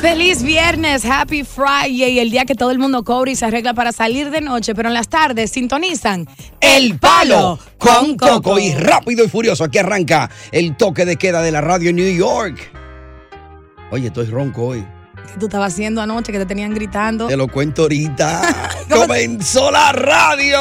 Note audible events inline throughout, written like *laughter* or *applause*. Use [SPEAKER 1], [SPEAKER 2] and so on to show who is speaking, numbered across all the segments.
[SPEAKER 1] Feliz viernes, happy Friday, el día que todo el mundo cobra y se arregla para salir de noche, pero en las tardes sintonizan
[SPEAKER 2] El Palo con Coco. Y rápido y furioso, aquí arranca el toque de queda de la radio en New York. Oye, estoy ronco hoy.
[SPEAKER 1] ¿Qué tú estabas haciendo anoche que te tenían gritando? *laughs*
[SPEAKER 2] Te lo cuento ahorita. ¡Comenzó la radio!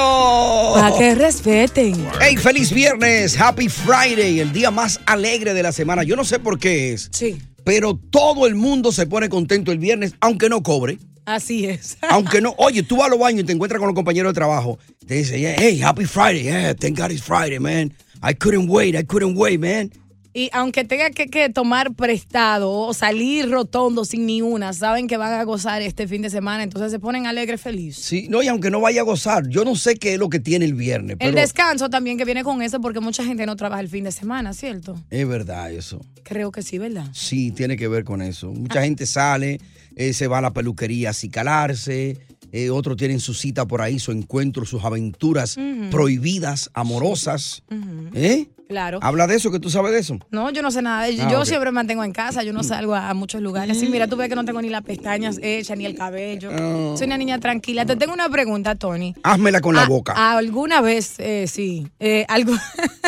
[SPEAKER 1] Para que respeten.
[SPEAKER 2] ¡Hey, feliz viernes! ¡Happy Friday! El día más alegre de la semana. Yo no sé por qué es.
[SPEAKER 1] Sí.
[SPEAKER 2] Pero todo el mundo se pone contento el viernes, aunque no cobre.
[SPEAKER 1] Así es.
[SPEAKER 2] *laughs* Aunque no, oye, tú vas a los baños y te encuentras con los compañeros de trabajo. Te dice, yeah, hey, happy Friday. Yeah, thank God it's Friday, man. I couldn't wait, I couldn't wait, man.
[SPEAKER 1] Y aunque tenga que, que, tomar prestado o salir rotondo sin ni una, saben que van a gozar este fin de semana, entonces se ponen alegres, feliz.
[SPEAKER 2] Sí, no, y aunque no vaya a gozar, yo no sé qué es lo que tiene el viernes. Eh, Pero...
[SPEAKER 1] El descanso también que viene con eso, porque mucha gente no trabaja el fin de semana, ¿cierto?
[SPEAKER 2] Es verdad eso.
[SPEAKER 1] Creo que sí, ¿verdad?
[SPEAKER 2] Sí, tiene que ver con eso. Mucha ah. gente sale, eh, se va a la peluquería a cicalarse. Eh, otros tienen su cita por ahí, su encuentro, sus aventuras uh -huh. prohibidas, amorosas. Uh -huh. ¿Eh?
[SPEAKER 1] Claro.
[SPEAKER 2] Habla de eso, que tú sabes de eso.
[SPEAKER 1] No, yo no sé nada. yo, ah, yo okay. siempre me mantengo en casa, yo no salgo a, a muchos lugares. Sí, mira, tú ves que no tengo ni las pestañas hechas, ni el cabello.
[SPEAKER 2] Ah.
[SPEAKER 1] Oh. Soy una niña tranquila. Te tengo una pregunta, Tony.
[SPEAKER 2] Házmela con la boca.
[SPEAKER 1] ah. ¿Alguna vez, eh, sí, eh, algo... *laughs*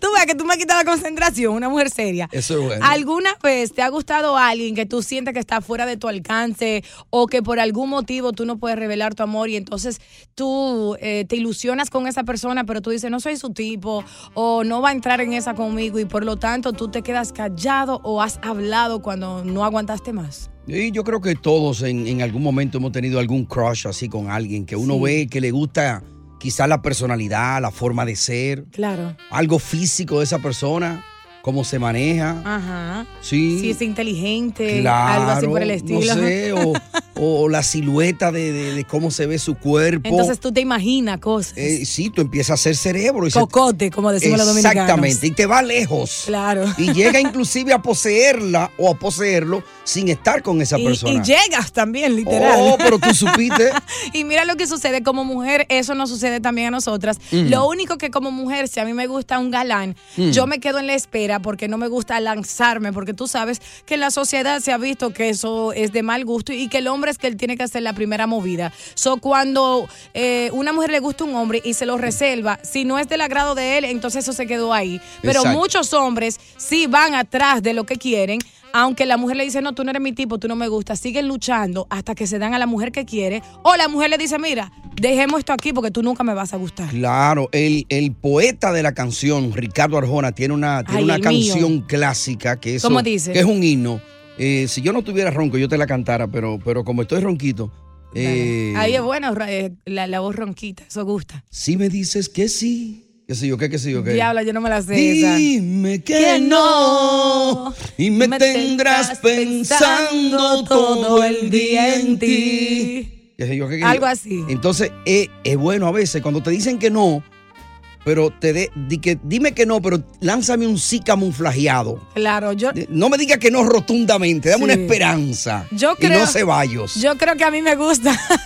[SPEAKER 1] tú ves que tú me has quitado la concentración, una mujer seria.
[SPEAKER 2] Eso es bueno.
[SPEAKER 1] ¿Alguna vez te ha gustado alguien que tú sientes que está fuera de tu alcance o que por algún motivo tú no puedes revelar tu amor y entonces tú eh, te ilusionas con esa persona, pero tú dices, no soy su tipo o no va a entrar en esa conmigo y por lo tanto tú te quedas callado o has hablado cuando no aguantaste más.
[SPEAKER 2] Y yo creo que todos en, en algún momento hemos tenido algún crush así con alguien que uno sí. ve que le gusta quizá la personalidad, la forma de ser.
[SPEAKER 1] Claro.
[SPEAKER 2] Algo físico de esa persona, cómo se maneja.
[SPEAKER 1] Ajá.
[SPEAKER 2] Sí.
[SPEAKER 1] Si es inteligente, claro, algo así por el estilo.
[SPEAKER 2] No
[SPEAKER 1] *laughs*
[SPEAKER 2] sé, o, o la silueta de, de, de, cómo se ve su cuerpo.
[SPEAKER 1] Entonces tú te imaginas cosas.
[SPEAKER 2] Eh, sí, tú empiezas a ser cerebro. Y
[SPEAKER 1] Cocote, como decimos los dominicanos.
[SPEAKER 2] Exactamente, y te va lejos.
[SPEAKER 1] Claro.
[SPEAKER 2] Y llega inclusive a poseerla o a poseerlo sin estar con esa
[SPEAKER 1] y,
[SPEAKER 2] persona.
[SPEAKER 1] Y llegas también, literal.
[SPEAKER 2] Oh, pero tú supiste.
[SPEAKER 1] *laughs* y mira lo que sucede como mujer, eso no sucede también a nosotras. Mm. Lo único que como mujer, si a mí me gusta un galán, mm. yo me quedo en la espera porque no me gusta lanzarme, porque tú sabes que en la sociedad se ha visto que eso es de mal gusto y que el hombre es que él tiene que hacer la primera movida. So, cuando eh, una mujer le gusta un hombre y se lo reserva, si no es del agrado de él, entonces eso se quedó ahí. Pero Exacto. muchos hombres sí van atrás de lo que quieren, aunque la mujer le dice, no, tú no eres mi tipo, tú no me gustas, siguen luchando hasta que se dan a la mujer que quiere, o la mujer le dice, mira, dejemos esto aquí porque tú nunca me vas a gustar.
[SPEAKER 2] Claro, el, el poeta de la canción, Ricardo Arjona, tiene una, tiene Ay, una canción mío. clásica que, eso,
[SPEAKER 1] ¿Cómo dice?
[SPEAKER 2] que es un himno. Eh, si yo no tuviera ronco, yo te la cantara, pero, pero como estoy ronquito. eh,
[SPEAKER 1] Eh, Ahí es bueno la, la, voz ronquita, eso gusta.
[SPEAKER 2] Si me dices que sí, qué sé yo qué, qué sé yo qué.
[SPEAKER 1] Diabla, yo no me la sé.
[SPEAKER 2] Dime que, no y me, tendrás pensando todo el día en ti. Qué sé yo qué, qué sé
[SPEAKER 1] Algo
[SPEAKER 2] yo.
[SPEAKER 1] así.
[SPEAKER 2] Entonces es, es bueno a veces cuando te dicen que no, pero te de- di que, dime que no, pero lánzame un sí camuflajeado.
[SPEAKER 1] Claro, yo,
[SPEAKER 2] No me digas que no rotundamente, dame una esperanza.
[SPEAKER 1] yo
[SPEAKER 2] y
[SPEAKER 1] creo.
[SPEAKER 2] no ceballos.
[SPEAKER 1] Yo creo que a mí me gusta. *laughs*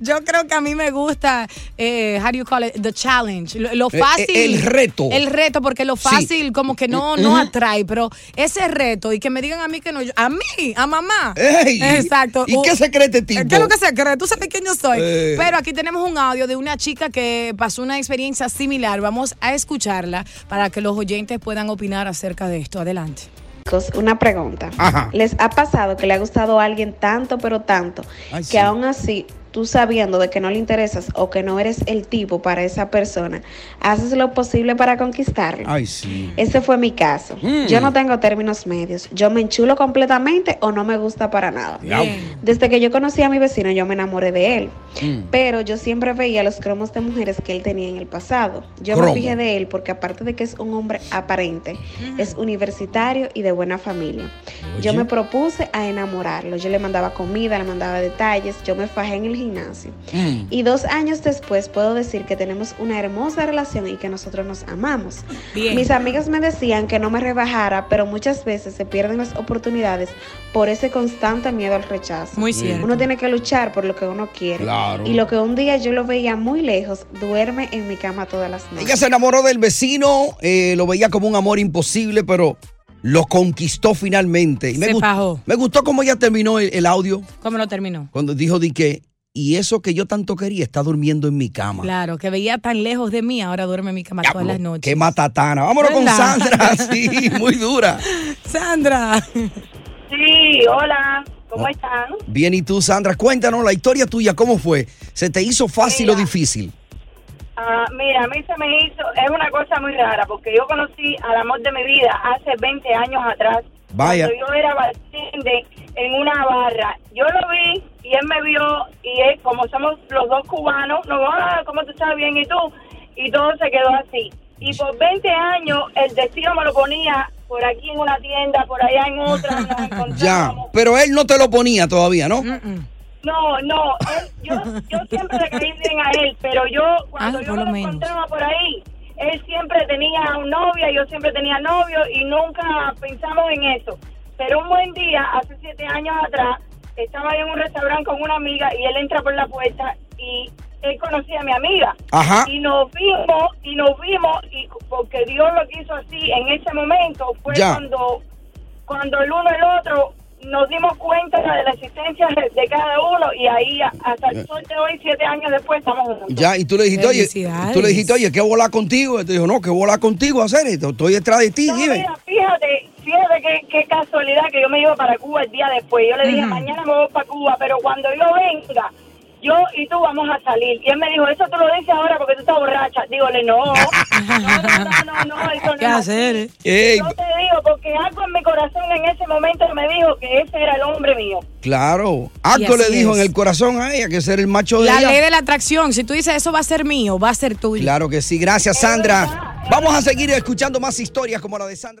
[SPEAKER 1] Yo creo que a mí me gusta, eh, how do you call it, the challenge, lo, lo
[SPEAKER 2] Eh, eh,
[SPEAKER 1] fácil.
[SPEAKER 2] el reto.
[SPEAKER 1] El reto, porque lo
[SPEAKER 2] Sí.
[SPEAKER 1] fácil como que no, no
[SPEAKER 2] Ujú.
[SPEAKER 1] atrae, pero ese reto y que me digan a mí que no, yo- a mí, a mamá.
[SPEAKER 2] Ey,
[SPEAKER 1] Exacto.
[SPEAKER 2] ¿y
[SPEAKER 1] Uh,
[SPEAKER 2] qué se cree este tipo?
[SPEAKER 1] ¿Qué es lo que se cree? Tú sabes quién yo soy.
[SPEAKER 2] Eh.
[SPEAKER 1] Pero aquí tenemos un audio de una chica que pasó una experiencia similar. Vamos a escucharla para que los oyentes puedan opinar acerca de esto. Adelante.
[SPEAKER 3] Chicos, una pregunta. ¿Les ha pasado que le ha gustado a alguien tanto, pero tanto,
[SPEAKER 1] Ay,
[SPEAKER 3] que
[SPEAKER 1] sí.
[SPEAKER 3] aún así tú sabiendo de que no le interesas o que no eres el tipo para esa persona, haces lo posible para conquistarlo?
[SPEAKER 2] Ay,
[SPEAKER 3] *laughs*
[SPEAKER 2] sí.
[SPEAKER 3] Ese fue mi caso.
[SPEAKER 2] Mm.
[SPEAKER 3] Yo no tengo términos medios. Yo me enchulo completamente o no me gusta para nada.
[SPEAKER 2] Diablo.
[SPEAKER 3] Desde que yo conocí a mi vecino, yo me enamoré de él.
[SPEAKER 2] Mm.
[SPEAKER 3] Pero yo siempre veía los cromos de mujeres que él tenía en el pasado. Yo
[SPEAKER 2] Cromo.
[SPEAKER 3] me fijé de él porque aparte de que es un hombre aparente, es universitario y de buena familia. Yo
[SPEAKER 4] Oye.
[SPEAKER 3] me propuse a enamorarlo. Yo le mandaba comida, le mandaba detalles, yo me fajé en el gimnasio.
[SPEAKER 5] Mm.
[SPEAKER 3] Y dos años después puedo decir que tenemos una hermosa relación y que nosotros nos amamos.
[SPEAKER 5] Bien.
[SPEAKER 3] Mis amigas me decían que no me rebajara, pero muchas veces se pierden las oportunidades por ese constante miedo al rechazo.
[SPEAKER 1] Muy cierto.
[SPEAKER 3] Uno tiene que luchar por lo que uno quiere.
[SPEAKER 2] Claro.
[SPEAKER 3] Y lo que un día yo lo veía muy lejos, duerme en mi cama todas las noches.
[SPEAKER 2] Ella se enamoró del vecino, eh, lo veía como un amor imposible, pero lo conquistó finalmente. Y me,
[SPEAKER 1] Se
[SPEAKER 2] gust-
[SPEAKER 1] fajó.
[SPEAKER 2] me gustó cómo ella terminó el, el audio
[SPEAKER 1] ¿Cómo lo terminó?
[SPEAKER 2] cuando dijo de que, y eso que yo tanto quería está durmiendo en mi cama.
[SPEAKER 1] Claro, que veía tan lejos de mí, ahora duerme en mi cama todas las noches.
[SPEAKER 2] Qué matatana. Vámonos con
[SPEAKER 1] ¿Verdad?
[SPEAKER 2] Sandra,
[SPEAKER 1] *laughs*
[SPEAKER 2] sí, muy dura.
[SPEAKER 1] Sandra.
[SPEAKER 6] Sí, hola,
[SPEAKER 2] Ah.
[SPEAKER 6] ¿cómo están?
[SPEAKER 2] Bien, y tú, Sandra, cuéntanos la historia tuya, ¿cómo fue? ¿Se te hizo fácil o difícil?
[SPEAKER 6] Ah, mira, a mí se me hizo, es una cosa muy rara, porque yo conocí al amor de mi vida hace 20 años atrás.
[SPEAKER 2] Vaya.
[SPEAKER 6] Cuando yo era bartender en una barra. Yo lo vi y él me vio y él, como somos los dos cubanos, nos ah, ¿cómo tú estás bien? ¿Y tú? Y todo se quedó así. Y por 20 años el destino me lo ponía por aquí en una tienda, por allá en
[SPEAKER 2] *laughs*
[SPEAKER 6] otra. nos encontramos.
[SPEAKER 2] Ya, pero él no te lo ponía todavía, ¿no?
[SPEAKER 1] Mm,
[SPEAKER 6] No, no, él- yo, yo siempre le caí bien a él, pero yo cuando
[SPEAKER 1] Ah,
[SPEAKER 6] yo
[SPEAKER 1] por lo
[SPEAKER 6] lo,
[SPEAKER 1] menos.
[SPEAKER 6] encontraba por ahí, él siempre tenía un novia, yo siempre tenía novio y nunca pensamos en eso. Pero un buen día, hace siete años atrás, estaba yo en un restaurante con una amiga y él entra por la puerta y él conocía a mi amiga.
[SPEAKER 2] Ajá.
[SPEAKER 6] Y nos vimos, y nos vimos, y porque Dios lo quiso así en ese momento, fue
[SPEAKER 2] Ya.
[SPEAKER 6] cuando cuando el uno el otro nos dimos cuenta de la existencia de de cada uno y ahí a- hasta el sol de hoy, siete años después, estamos juntos.
[SPEAKER 2] Ya, y tú le dijiste, oye, tú le dijiste, oye, ¿qué volar contigo? Y te dijo, no, ¿qué volar contigo hacer? esto? Estoy detrás de ti,
[SPEAKER 6] No,
[SPEAKER 2] dime.
[SPEAKER 6] mira, fíjate, fíjate qué, qué casualidad que yo me iba para Cuba el día después. Yo le dije,
[SPEAKER 1] Ujú.
[SPEAKER 6] mañana me voy para Cuba, pero cuando yo venga, yo y tú vamos a salir. Y él me dijo, eso tú lo dices ahora porque tú estás borracha. Dígole, no, no, no, no, no, no, eso no
[SPEAKER 1] ¿Qué
[SPEAKER 6] es
[SPEAKER 1] hacer? eh?
[SPEAKER 2] Ey,
[SPEAKER 6] Yo te digo, porque algo en mi corazón en ese momento me dijo que ese era el hombre mío.
[SPEAKER 2] claro. Acto
[SPEAKER 1] así
[SPEAKER 2] le dijo
[SPEAKER 1] es.
[SPEAKER 2] en el corazón a ella que ser el macho de
[SPEAKER 1] La
[SPEAKER 2] ella.
[SPEAKER 1] ley de la atracción, si tú dices eso va a ser mío, va a ser tuyo.
[SPEAKER 2] Claro que sí, gracias Sandra. Vamos a seguir escuchando más historias como la de Sandra.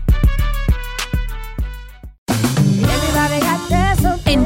[SPEAKER 7] En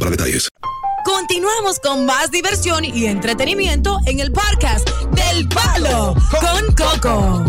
[SPEAKER 8] para detalles.
[SPEAKER 9] Continuamos con más diversión y entretenimiento en el podcast del Palo con Coco.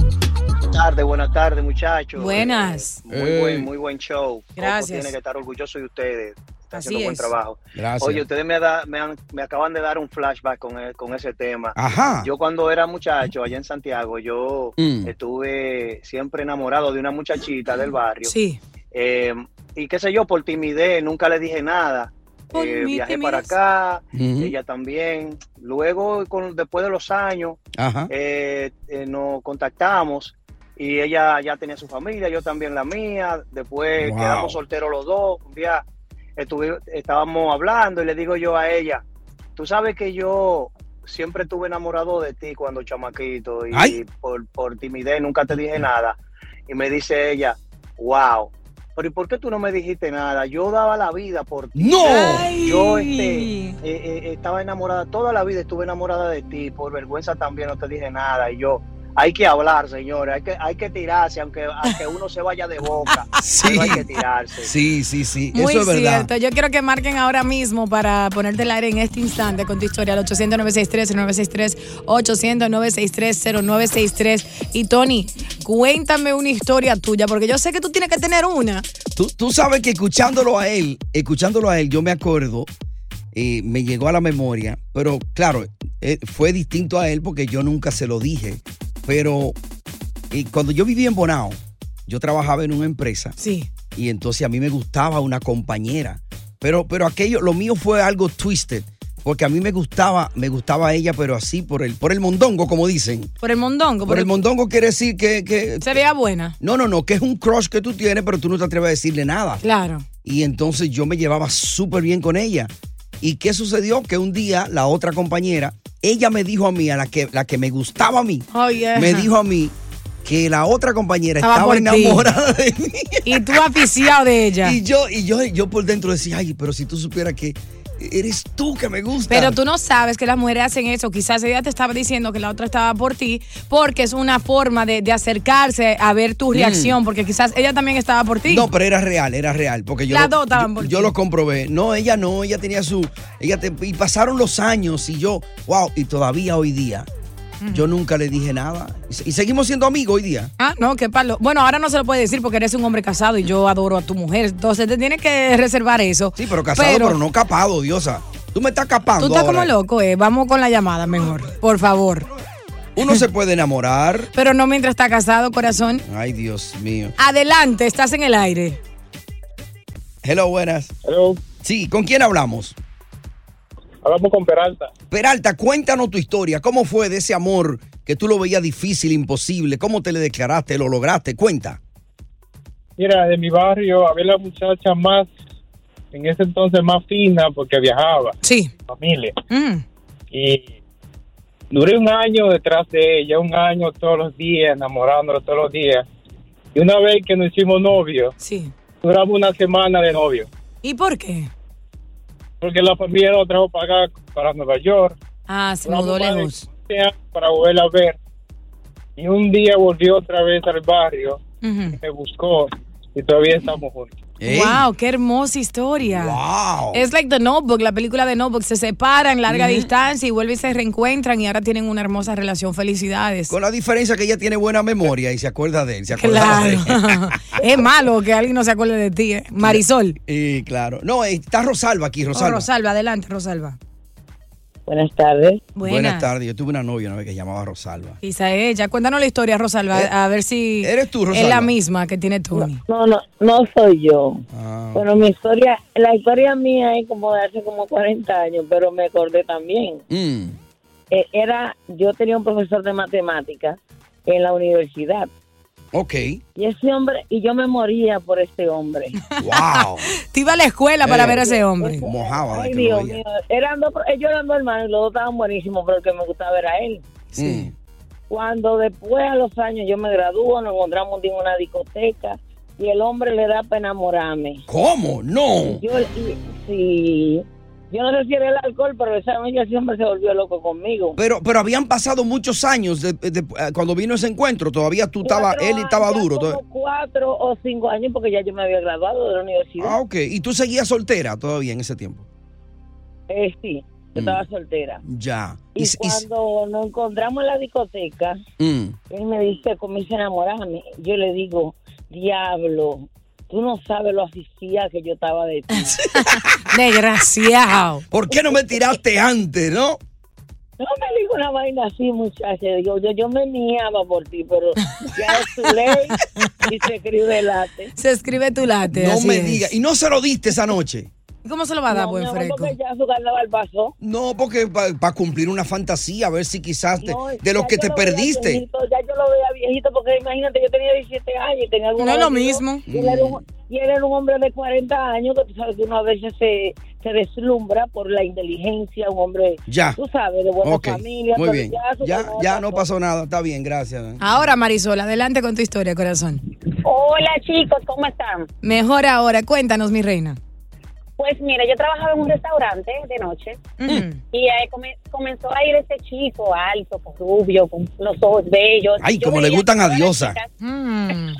[SPEAKER 4] Buenas tardes, buenas tardes, muchachos.
[SPEAKER 1] Buenas.
[SPEAKER 4] Eh, muy buen, muy buen show.
[SPEAKER 1] Gracias.
[SPEAKER 4] Coco tiene que estar orgulloso de ustedes. Están
[SPEAKER 1] Así
[SPEAKER 4] haciendo buen
[SPEAKER 1] es.
[SPEAKER 4] trabajo.
[SPEAKER 2] Gracias.
[SPEAKER 4] Oye, ustedes me, da- me, han- me acaban de dar un flashback con, e- con ese tema.
[SPEAKER 2] Ajá.
[SPEAKER 4] Yo cuando era muchacho allá en Santiago, yo
[SPEAKER 2] Mm.
[SPEAKER 4] estuve siempre enamorado de una muchachita del barrio.
[SPEAKER 1] Mm. Sí.
[SPEAKER 4] Eh, y qué sé yo, por timidez, nunca le dije nada.
[SPEAKER 1] Por
[SPEAKER 4] Eh,
[SPEAKER 1] mi
[SPEAKER 4] viajé
[SPEAKER 1] timidez.
[SPEAKER 4] para acá,
[SPEAKER 2] Ujú.
[SPEAKER 4] ella también. Luego, con, después de los años,
[SPEAKER 2] Ajá.
[SPEAKER 4] eh, eh, nos contactamos y ella ya tenía su familia, yo también la mía. Después
[SPEAKER 2] Wow.
[SPEAKER 4] quedamos solteros los dos. Un día estuvi- estábamos hablando y le digo yo a ella, tú sabes que yo siempre estuve enamorado de ti cuando chamaquito y
[SPEAKER 2] Ay.
[SPEAKER 4] por, por timidez nunca te dije nada. Y me dice ella, wow. Pero ¿y por qué tú no me dijiste nada? Yo daba la vida por ti.
[SPEAKER 2] ¡No!
[SPEAKER 4] Yo este, eh, eh, estaba enamorada toda la vida, estuve enamorada de ti, por vergüenza también no te dije nada. Y yo, hay que hablar, señores, hay que, hay que tirarse, aunque, aunque uno se vaya de boca, pero hay que tirarse.
[SPEAKER 2] Sí, sí, sí.
[SPEAKER 1] Muy
[SPEAKER 2] Eso es verdad.
[SPEAKER 1] cierto. Yo quiero que marquen ahora mismo para ponerte el aire en este instante con tu historia al 800-963-0963, 800-963-0963. Y Tony, cuéntame una historia tuya, porque yo sé que tú tienes que tener una.
[SPEAKER 2] Tú, tú sabes que escuchándolo a él, escuchándolo a él, yo me acuerdo, eh, me llegó a la memoria, pero claro, eh, fue distinto a él porque yo nunca se lo dije. Pero eh, cuando yo vivía en Bonao, yo trabajaba en una empresa.
[SPEAKER 1] Sí.
[SPEAKER 2] Y entonces a mí me gustaba una compañera. Pero, pero aquello, lo mío fue algo twisted. Porque a mí me gustaba, me gustaba ella, pero así por el, por el mondongo, como dicen.
[SPEAKER 1] Por el mondongo.
[SPEAKER 2] Por el mondongo quiere decir que, que.
[SPEAKER 1] Se vea buena.
[SPEAKER 2] No, no, no, que es un crush que tú tienes, pero tú no te atreves a decirle nada.
[SPEAKER 1] Claro.
[SPEAKER 2] Y entonces yo me llevaba súper bien con ella. ¿Y qué sucedió? Que un día la otra compañera, ella me dijo a mí, a la que, la que me gustaba a mí,
[SPEAKER 1] Oh, yeah.
[SPEAKER 2] me dijo a mí que la otra compañera
[SPEAKER 1] Estaba
[SPEAKER 2] estaba,
[SPEAKER 1] por ti.
[SPEAKER 2] enamorada de mí.
[SPEAKER 1] Y tú aficiado de ella.
[SPEAKER 2] Y yo, y yo, yo por dentro decía, ay, pero si tú supieras que eres tú que me gusta.
[SPEAKER 1] Pero tú no sabes que las mujeres hacen eso. Quizás ella te estaba diciendo que la otra estaba por ti, porque es una forma de, de acercarse a ver tu
[SPEAKER 2] Mm.
[SPEAKER 1] reacción, porque quizás ella también estaba por ti.
[SPEAKER 2] No, pero era real, era real. Porque yo,
[SPEAKER 1] Las
[SPEAKER 2] lo,
[SPEAKER 1] dos estaban
[SPEAKER 2] yo,
[SPEAKER 1] por
[SPEAKER 2] yo
[SPEAKER 1] ti.
[SPEAKER 2] lo comprobé. No, ella no, ella tenía su. Ella te- y pasaron los años y yo, wow, y todavía hoy día,
[SPEAKER 1] Mm.
[SPEAKER 2] yo nunca le dije nada. Y, se- y seguimos siendo amigos hoy día.
[SPEAKER 1] Ah, no, qué palo. Bueno, ahora no se lo puede decir porque eres un hombre casado y yo adoro a tu mujer. Entonces te tienes que reservar eso.
[SPEAKER 2] Sí, pero casado, pero, no capado, diosa. Tú me estás capando.
[SPEAKER 1] Tú estás
[SPEAKER 2] ahora.
[SPEAKER 1] como loco, eh. Vamos con la llamada mejor, por favor.
[SPEAKER 2] Uno se puede enamorar.
[SPEAKER 1] Pero no mientras está casado, corazón.
[SPEAKER 2] Ay, Dios mío.
[SPEAKER 1] Adelante, estás en el aire.
[SPEAKER 2] Hello, buenas.
[SPEAKER 5] Hello.
[SPEAKER 2] Sí, ¿con quién hablamos?
[SPEAKER 5] Hablamos con Peralta.
[SPEAKER 2] Peralta, cuéntanos tu historia. ¿Cómo fue de ese amor que tú lo veías difícil, imposible? ¿Cómo te le declaraste? ¿Lo lograste? Cuenta.
[SPEAKER 5] Mira, de mi barrio había la muchacha más, en ese entonces más fina porque viajaba.
[SPEAKER 1] Sí.
[SPEAKER 5] Familia. Y duré un año detrás de ella, un año todos los días, enamorándola todos los días. Y una vez que nos hicimos novios, duramos una semana de novio.
[SPEAKER 1] ¿Y por qué?
[SPEAKER 5] Porque la familia nos trajo para acá, para Nueva York.
[SPEAKER 1] Ah, se
[SPEAKER 5] Una
[SPEAKER 1] mudó
[SPEAKER 5] mamá de
[SPEAKER 1] lejos.
[SPEAKER 5] 15 años para volverla a ver. Y un día volvió otra vez al barrio,
[SPEAKER 1] Ujú.
[SPEAKER 5] me buscó y todavía estamos juntos.
[SPEAKER 1] Wow, qué hermosa historia.
[SPEAKER 5] Wow.
[SPEAKER 1] Es like The Notebook, la película de Notebook. Se separan larga
[SPEAKER 2] Ujú.
[SPEAKER 1] distancia y vuelven y se reencuentran y ahora tienen una hermosa relación. Felicidades.
[SPEAKER 2] Con la diferencia que ella tiene buena memoria y se acuerda de él. Se acuerda de él.
[SPEAKER 1] es malo que alguien no se acuerde de ti. ¿eh? *laughs* Marisol. Oh,
[SPEAKER 2] Y claro. No, eh, está Rosalba aquí,
[SPEAKER 1] Rosalba.
[SPEAKER 2] Rosalba.
[SPEAKER 1] Rosalba, adelante, Rosalba.
[SPEAKER 10] Buenas tardes.
[SPEAKER 1] Buenas.
[SPEAKER 2] tardes. Yo tuve una novia una vez que se llamaba Rosalba.
[SPEAKER 1] Quizá ella. Cuéntanos la historia, Rosalba, a ver si
[SPEAKER 2] Eh, ¿Eres tú,
[SPEAKER 1] es
[SPEAKER 2] Rosalba?
[SPEAKER 1] la misma que tiene Tony.
[SPEAKER 10] No, no, no soy yo.
[SPEAKER 2] Ah.
[SPEAKER 10] Bueno, mi historia, la historia mía es como de hace como 40 años, pero me acordé también.
[SPEAKER 2] Mm.
[SPEAKER 10] Eh, era, yo tenía un profesor de matemáticas en la universidad
[SPEAKER 2] Ok.
[SPEAKER 10] Y ese hombre, y yo me moría por este hombre.
[SPEAKER 2] *laughs* ¡Wow!
[SPEAKER 1] *laughs* Te iba a la escuela para ver a ese hombre.
[SPEAKER 2] Mojaba de
[SPEAKER 10] Ay,
[SPEAKER 2] Eh. que lo
[SPEAKER 10] Dios
[SPEAKER 2] veía.
[SPEAKER 10] mío. Eran dos, ellos eran dos hermanos y los dos estaban buenísimos, pero el que me gustaba era él.
[SPEAKER 2] Sí.
[SPEAKER 10] Cuando después a los años yo me graduó, nos encontramos un día en una discoteca y el hombre le da para enamorarme.
[SPEAKER 2] ¿Cómo? No.
[SPEAKER 10] Yo, y- sí. yo no sé si era el alcohol, pero esa noche ese hombre se volvió loco conmigo.
[SPEAKER 2] Pero, pero habían pasado muchos años de- de- eh, cuando vino ese encuentro. Todavía tú estabas, él estaba
[SPEAKER 10] Ya
[SPEAKER 2] duro.
[SPEAKER 10] como
[SPEAKER 2] todavía-
[SPEAKER 10] cuatro o cinco años porque ya yo me había graduado de la universidad.
[SPEAKER 2] Ah, ok. ¿Y tú seguías soltera todavía en ese tiempo?
[SPEAKER 10] Eh, sí, yo
[SPEAKER 2] Mm.
[SPEAKER 10] estaba soltera.
[SPEAKER 2] Ya.
[SPEAKER 10] Y,
[SPEAKER 2] Y s- y s-
[SPEAKER 10] cuando nos encontramos en la discoteca,
[SPEAKER 2] Mm.
[SPEAKER 10] él me dice, comienza a enamorarme. Yo le digo, diablo, tú no sabes lo asistía que yo estaba
[SPEAKER 1] *laughs*
[SPEAKER 10] de ti.
[SPEAKER 1] Desgraciado.
[SPEAKER 2] ¿Por qué no me tiraste antes, no?
[SPEAKER 10] No me digo una vaina así, muchacha. Digo, yo, yo me niaba por ti, pero ya es tu ley y se escribe el late.
[SPEAKER 1] Se escribe tu late.
[SPEAKER 2] No
[SPEAKER 1] así
[SPEAKER 2] me
[SPEAKER 1] es.
[SPEAKER 2] digas. ¿Y no se lo diste esa noche?
[SPEAKER 1] ¿Y ¿Cómo se lo va a dar,
[SPEAKER 10] No, mi
[SPEAKER 1] buen
[SPEAKER 10] amor,
[SPEAKER 1] freco?
[SPEAKER 10] porque ya su carnaval pasó.
[SPEAKER 2] No, porque para cumplir una fantasía, a ver si quizás te-
[SPEAKER 10] No,
[SPEAKER 2] de los
[SPEAKER 10] ya
[SPEAKER 2] que
[SPEAKER 10] yo
[SPEAKER 2] te
[SPEAKER 10] lo veía
[SPEAKER 2] perdiste.
[SPEAKER 10] viejito, ya yo lo veía viejito, porque imagínate, yo tenía 17 años y tenía alguna
[SPEAKER 1] No es lo
[SPEAKER 10] vez,
[SPEAKER 1] mismo.
[SPEAKER 10] Y él, era
[SPEAKER 2] Mm.
[SPEAKER 10] un, y él era un hombre de 40 años, que tú sabes que uno a veces se, se deslumbra por la inteligencia, un hombre,
[SPEAKER 2] Ya.
[SPEAKER 10] tú sabes, de buena
[SPEAKER 2] Ok,
[SPEAKER 10] familia.
[SPEAKER 2] muy
[SPEAKER 10] pero
[SPEAKER 2] bien.
[SPEAKER 10] Ya, su
[SPEAKER 2] Ya,
[SPEAKER 10] carnaval
[SPEAKER 2] ya no pasó nada. Está bien, gracias.
[SPEAKER 1] Ahora, Marisol, adelante con tu historia, corazón.
[SPEAKER 11] Hola chicos, Pues, ¿cómo están?
[SPEAKER 1] Mejor ahora, cuéntanos, mi reina.
[SPEAKER 11] Pues mira, yo trabajaba en un restaurante de noche y ahí come- comenzó a ir este chico alto, con rubio, con los ojos bellos.
[SPEAKER 2] Ay,
[SPEAKER 11] Yo
[SPEAKER 2] como le
[SPEAKER 11] veía
[SPEAKER 2] gustan
[SPEAKER 11] que
[SPEAKER 2] a
[SPEAKER 11] todas
[SPEAKER 2] Diosa.
[SPEAKER 11] las chicas-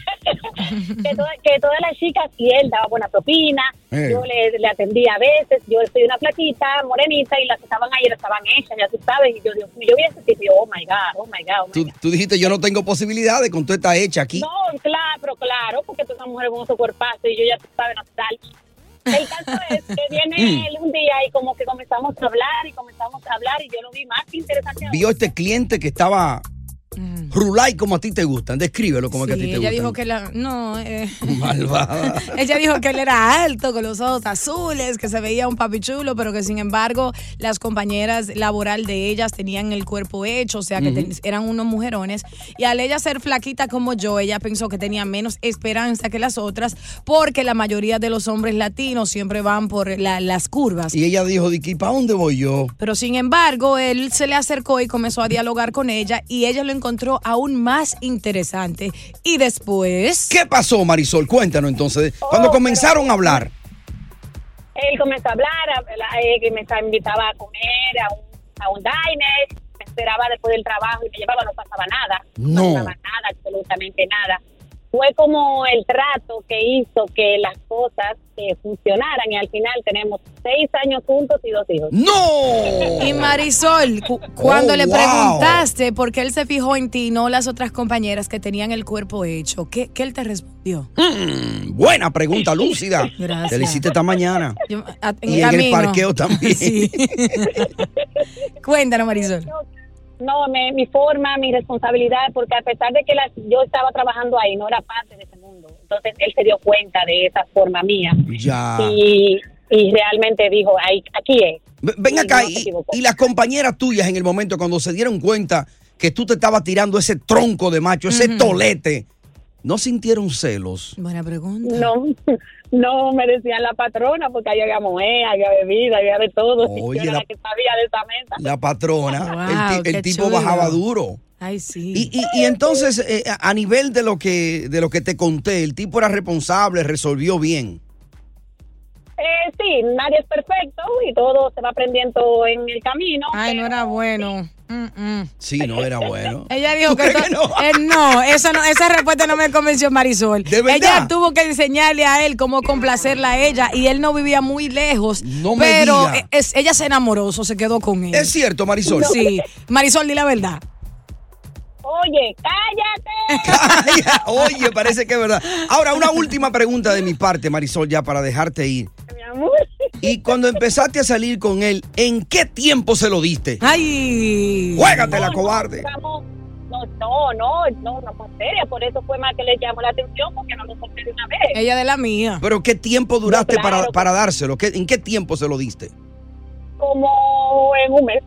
[SPEAKER 11] *laughs* que, toda- que todas las chicas y él daba buena propina.
[SPEAKER 2] Eh.
[SPEAKER 11] Yo le, le atendía a veces. Yo soy una platita morenita y las que estaban ayer estaban hechas, ya tú sabes. Y yo, Dios mío, yo vi a ese tipo y yo, oh my God, oh my God, oh my
[SPEAKER 2] Tú, tú dijiste, yo no tengo posibilidades con toda esta hecha aquí.
[SPEAKER 11] no, claro, pero claro, porque todas las mujeres con su cuerpazo y yo ya tú sabes, natural. El
[SPEAKER 2] *laughs*
[SPEAKER 11] caso es que
[SPEAKER 2] Mm.
[SPEAKER 11] viene él un día y como que comenzamos a hablar y comenzamos a hablar y yo lo vi más interesante.
[SPEAKER 2] Vio este cliente que estaba rulay como a ti te gustan. Descríbelo como que a ti
[SPEAKER 1] Sí,
[SPEAKER 2] te
[SPEAKER 1] ella
[SPEAKER 2] gustan.
[SPEAKER 1] dijo que la. No,
[SPEAKER 2] *laughs*
[SPEAKER 1] eh,
[SPEAKER 2] Malvada.
[SPEAKER 1] ella dijo que él era alto, con los ojos azules, que se veía un papi chulo, pero que sin embargo las compañeras laboral de ellas tenían el cuerpo hecho, o sea que
[SPEAKER 11] Ujú.
[SPEAKER 1] ten- eran unos mujerones. Y al ella ser flaquita como yo, ella pensó que tenía menos esperanza que las otras, porque la mayoría de los hombres latinos siempre van por la- las curvas.
[SPEAKER 2] Y ella dijo, ¿y para dónde voy yo?
[SPEAKER 1] Pero sin embargo, él se le acercó y comenzó a dialogar con ella y ella lo encontró aún más interesante. Y después...
[SPEAKER 2] ¿Qué pasó, Marisol? Cuéntanos entonces. Cuando comenzaron a hablar.
[SPEAKER 11] Él comenzó a hablar, a- a- eh, que me está- invitaba a comer a un, a un diner, me esperaba después del trabajo y me llevaba, no pasaba nada.
[SPEAKER 2] No.
[SPEAKER 11] pasaba nada, absolutamente nada. Fue como el trato que hizo que las cosas eh, funcionaran y al final tenemos seis años juntos y dos hijos.
[SPEAKER 2] ¡No! Oh,
[SPEAKER 1] Y Marisol, cu- cuando le
[SPEAKER 11] wow.
[SPEAKER 1] preguntaste por qué él se fijó en ti, no las otras compañeras que tenían el cuerpo hecho, ¿qué, qué él te respondió?
[SPEAKER 2] Mm, buena pregunta, lúcida.
[SPEAKER 1] Gracias.
[SPEAKER 2] Te la hiciste esta mañana.
[SPEAKER 1] Yo- a- en
[SPEAKER 2] y
[SPEAKER 1] el
[SPEAKER 2] en el
[SPEAKER 1] camino.
[SPEAKER 2] parqueo también.
[SPEAKER 1] Cuéntanos, Marisol.
[SPEAKER 11] No, me- mi forma, mi responsabilidad, porque a pesar de que las- yo estaba trabajando ahí, no era parte de ese mundo. Entonces él se dio cuenta de esa forma mía.
[SPEAKER 2] Ya.
[SPEAKER 11] Y, y realmente dijo, ahí, aquí es.
[SPEAKER 2] *laughs* Ve- Ven
[SPEAKER 11] Y
[SPEAKER 2] acá,
[SPEAKER 11] no se
[SPEAKER 2] y,
[SPEAKER 11] equivocó.
[SPEAKER 2] y las compañeras tuyas en el momento cuando se dieron cuenta que tú te estabas tirando ese tronco de macho, ese tolete, ¿no sintieron celos?
[SPEAKER 1] Buena pregunta.
[SPEAKER 11] No, *laughs* no me decían la patrona, porque ahí había mujer, había bebida, había de todo. Y
[SPEAKER 2] Oye,
[SPEAKER 11] yo era
[SPEAKER 2] la-
[SPEAKER 11] la que sabía de esa mesa.
[SPEAKER 2] La patrona,
[SPEAKER 1] Wow,
[SPEAKER 2] el ti- el,
[SPEAKER 1] qué
[SPEAKER 2] tipo
[SPEAKER 1] chulo.
[SPEAKER 2] bajaba duro.
[SPEAKER 1] Ay, sí.
[SPEAKER 2] Y, y- y entonces, eh, a a nivel de lo, que, de lo que te conté, el tipo era responsable, resolvió bien.
[SPEAKER 11] Eh, sí, nadie es perfecto y todo se va aprendiendo en el camino.
[SPEAKER 1] Ay, no era bueno. Mm, mm.
[SPEAKER 2] Sí, no era *laughs* bueno.
[SPEAKER 1] Ella dijo
[SPEAKER 2] ¿Tú
[SPEAKER 1] que, to-
[SPEAKER 2] crees que no?
[SPEAKER 1] Eh, no, eso no, esa respuesta no me convenció Marisol.
[SPEAKER 2] verdad?
[SPEAKER 1] Ella tuvo que enseñarle a él cómo complacerla a ella y él no vivía muy lejos.
[SPEAKER 2] No me
[SPEAKER 1] pero
[SPEAKER 2] diga.
[SPEAKER 1] e- es- ella se enamoró, so se quedó con él.
[SPEAKER 2] Es cierto, Marisol.
[SPEAKER 1] Sí, Marisol, di la verdad.
[SPEAKER 11] Oye, cállate.
[SPEAKER 2] *laughs* Oye, parece que es verdad. Ahora, una última pregunta de mi parte, Marisol, ya para dejarte ir.
[SPEAKER 11] Mi amor.
[SPEAKER 2] Y cuando empezaste a salir con él, ¿en qué tiempo se lo diste?
[SPEAKER 1] ¡Ay!
[SPEAKER 2] ¡Juégatela,
[SPEAKER 11] No, no,
[SPEAKER 2] cobarde!
[SPEAKER 11] digamos, No, no, no, no, no fue seria. Por eso fue más que le llamó la atención, porque no lo solté de una vez.
[SPEAKER 1] Ella de la mía.
[SPEAKER 2] Pero ¿qué tiempo duraste
[SPEAKER 11] No, claro.
[SPEAKER 2] para, para dárselo? ¿Qué- ¿En qué tiempo se lo diste?
[SPEAKER 11] Como en un mes.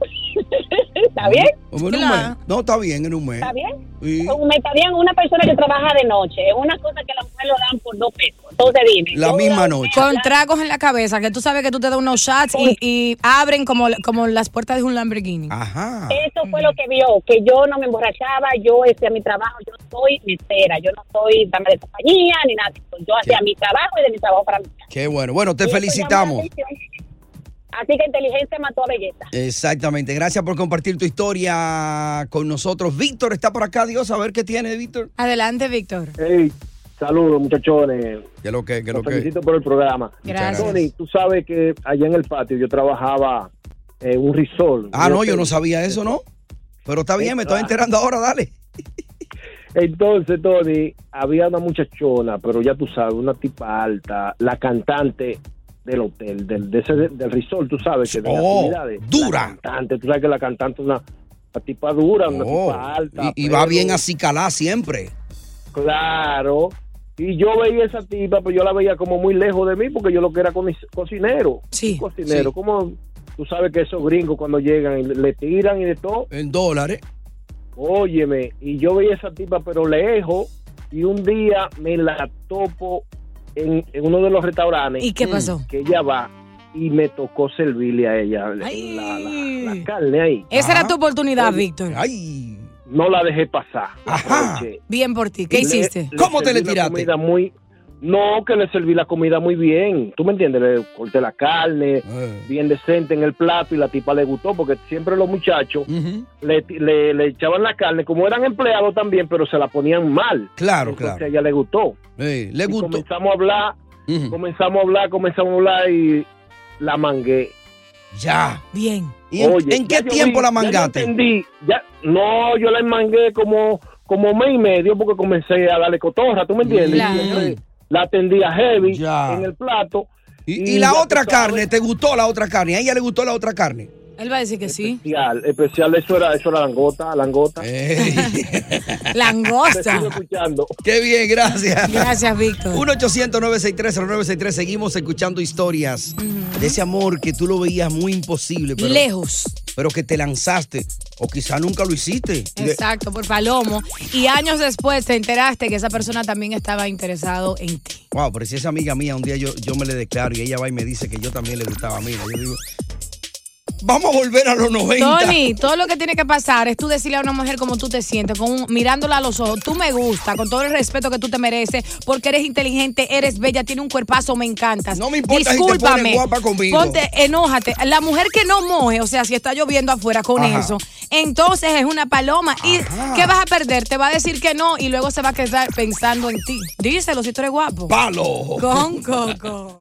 [SPEAKER 11] *laughs* ¿Está bien?
[SPEAKER 2] Bueno, en un mes. No, está bien, en un mes.
[SPEAKER 11] ¿Está bien?
[SPEAKER 2] Sí.
[SPEAKER 11] Un metadián, una persona que trabaja de noche, es una cosa que las mujeres lo dan por dos pesos. Entonces dime.
[SPEAKER 2] La
[SPEAKER 11] ¿tú
[SPEAKER 2] misma
[SPEAKER 11] das-
[SPEAKER 2] noche.
[SPEAKER 1] Con tragos en la cabeza, que tú sabes que tú te das unos shots y, y abren como, como las puertas de un Lamborghini.
[SPEAKER 2] Ajá.
[SPEAKER 11] Eso fue lo que vio, que yo no me emborrachaba, yo hacía mi trabajo, yo soy mesera, yo no soy dama de compañía ni nada. de eso. Yo hacía mi trabajo y de mi trabajo para mí.
[SPEAKER 2] Qué bueno. Bueno, te
[SPEAKER 11] Y eso
[SPEAKER 2] felicitamos.
[SPEAKER 11] llamó la atención. Así que inteligencia mató a belleza.
[SPEAKER 2] Exactamente. Gracias por compartir tu historia con nosotros. Víctor está por acá. Dios, a ver qué tiene, Víctor.
[SPEAKER 1] Adelante, Víctor.
[SPEAKER 12] Hey, saludos muchachones.
[SPEAKER 2] ¿Qué lo que,
[SPEAKER 12] Los felicito por el programa.
[SPEAKER 1] Gracias.
[SPEAKER 12] Tony, tú sabes que allá en el patio yo trabajaba en un risol.
[SPEAKER 2] Ah, no, yo no sabía eso, ¿no? Pero está bien, me estoy enterando ahora, dale.
[SPEAKER 12] Entonces, Tony, había una muchachona, pero ya tú sabes, una tipa alta, la cantante del hotel, del, de ese- del resort, tú sabes que de las
[SPEAKER 2] Oh,
[SPEAKER 12] actividades,
[SPEAKER 2] dura.
[SPEAKER 12] La cantante, tú sabes que la cantante es una, una tipa dura, una
[SPEAKER 2] Oh,
[SPEAKER 12] tipa alta.
[SPEAKER 2] y, y va
[SPEAKER 12] pero-
[SPEAKER 2] bien así calá siempre.
[SPEAKER 12] Claro. Y yo veía esa tipa, pero yo la veía como muy lejos de mí porque yo lo que era co- cocinero.
[SPEAKER 1] Sí.
[SPEAKER 12] Cocinero.
[SPEAKER 2] sí.
[SPEAKER 12] Como tú sabes que esos gringos cuando llegan y le- le tiran y de todo.
[SPEAKER 2] En dólares.
[SPEAKER 12] Óyeme, y yo veía esa tipa, pero lejos. Y un día me la topo en, en uno de los restaurantes.
[SPEAKER 1] ¿Y qué pasó?
[SPEAKER 12] Que ella va y me tocó servirle a ella en la, la- la carne ahí.
[SPEAKER 1] Esa era tu oportunidad, Víctor.
[SPEAKER 12] No la dejé pasar. Aproveché.
[SPEAKER 1] Bien por ti. ¿Qué
[SPEAKER 12] Le-
[SPEAKER 1] hiciste?
[SPEAKER 12] serví la comida muy, no, que le serví la comida muy bien. ¿Tú me entiendes? Le corté la carne,
[SPEAKER 2] Ah.
[SPEAKER 12] bien decente en el plato y la tipa le gustó porque siempre los muchachos le, ti- le- le echaban la carne, como eran empleados también, pero se la ponían mal.
[SPEAKER 2] Claro,
[SPEAKER 12] Entonces
[SPEAKER 2] claro.
[SPEAKER 12] a ella le gustó.
[SPEAKER 2] le
[SPEAKER 12] gustó. Comenzamos a hablar, comenzamos a hablar, comenzamos a hablar y la mangué.
[SPEAKER 2] Ya.
[SPEAKER 1] Bien.
[SPEAKER 2] ¿Y en- en qué
[SPEAKER 12] ya yo
[SPEAKER 2] tiempo
[SPEAKER 12] ya
[SPEAKER 2] la
[SPEAKER 12] yo
[SPEAKER 2] mangaste?
[SPEAKER 12] entendí, ya- no, yo la mangué como, como mes y medio porque comencé a darle cotorra, ¿tú me entiendes?
[SPEAKER 2] Claro.
[SPEAKER 12] Entonces, La atendía heavy en el plato.
[SPEAKER 2] Y, la otra carne, ¿te gustó la otra carne? ¿A ella le gustó la otra carne?
[SPEAKER 1] Él va a decir que sí.
[SPEAKER 12] Especial, especial, eso era, eso era langota, langota. *laughs* Te
[SPEAKER 1] Langosta.
[SPEAKER 12] sigo escuchando.
[SPEAKER 2] Qué bien, gracias.
[SPEAKER 1] Gracias, Víctor.
[SPEAKER 2] 1-800-963-0963. Seguimos escuchando historias de ese amor que tú lo veías muy imposible. Pero,
[SPEAKER 1] Lejos.
[SPEAKER 2] Pero que te lanzaste. O quizá nunca lo hiciste.
[SPEAKER 1] Exacto, por palomo. Y años después te enteraste que esa persona también estaba interesado en ti.
[SPEAKER 2] Wow, pero si esa amiga mía un día yo, yo me le declaro y ella va y me dice que yo también le gustaba. Mira, yo digo, vamos a volver a los 90.
[SPEAKER 1] Tony, todo lo que tiene que pasar es tú decirle a una mujer cómo tú te sientes, con un- mirándola a los ojos. Tú me gusta, con todo el respeto que tú te mereces, porque eres inteligente, eres bella, tiene un cuerpazo, me encantas. No me
[SPEAKER 2] importa si te
[SPEAKER 1] Discúlpame.
[SPEAKER 2] pones guapa conmigo.
[SPEAKER 1] Ponte, enójate. La mujer que no moje, o sea, si está lloviendo afuera con
[SPEAKER 2] Ajá.
[SPEAKER 1] eso, entonces es una paloma. ¿Y qué vas a perder? Te va a decir que no y luego se va a quedar pensando en ti. Díselo si tú eres guapo.
[SPEAKER 2] Palo.
[SPEAKER 1] Con coco.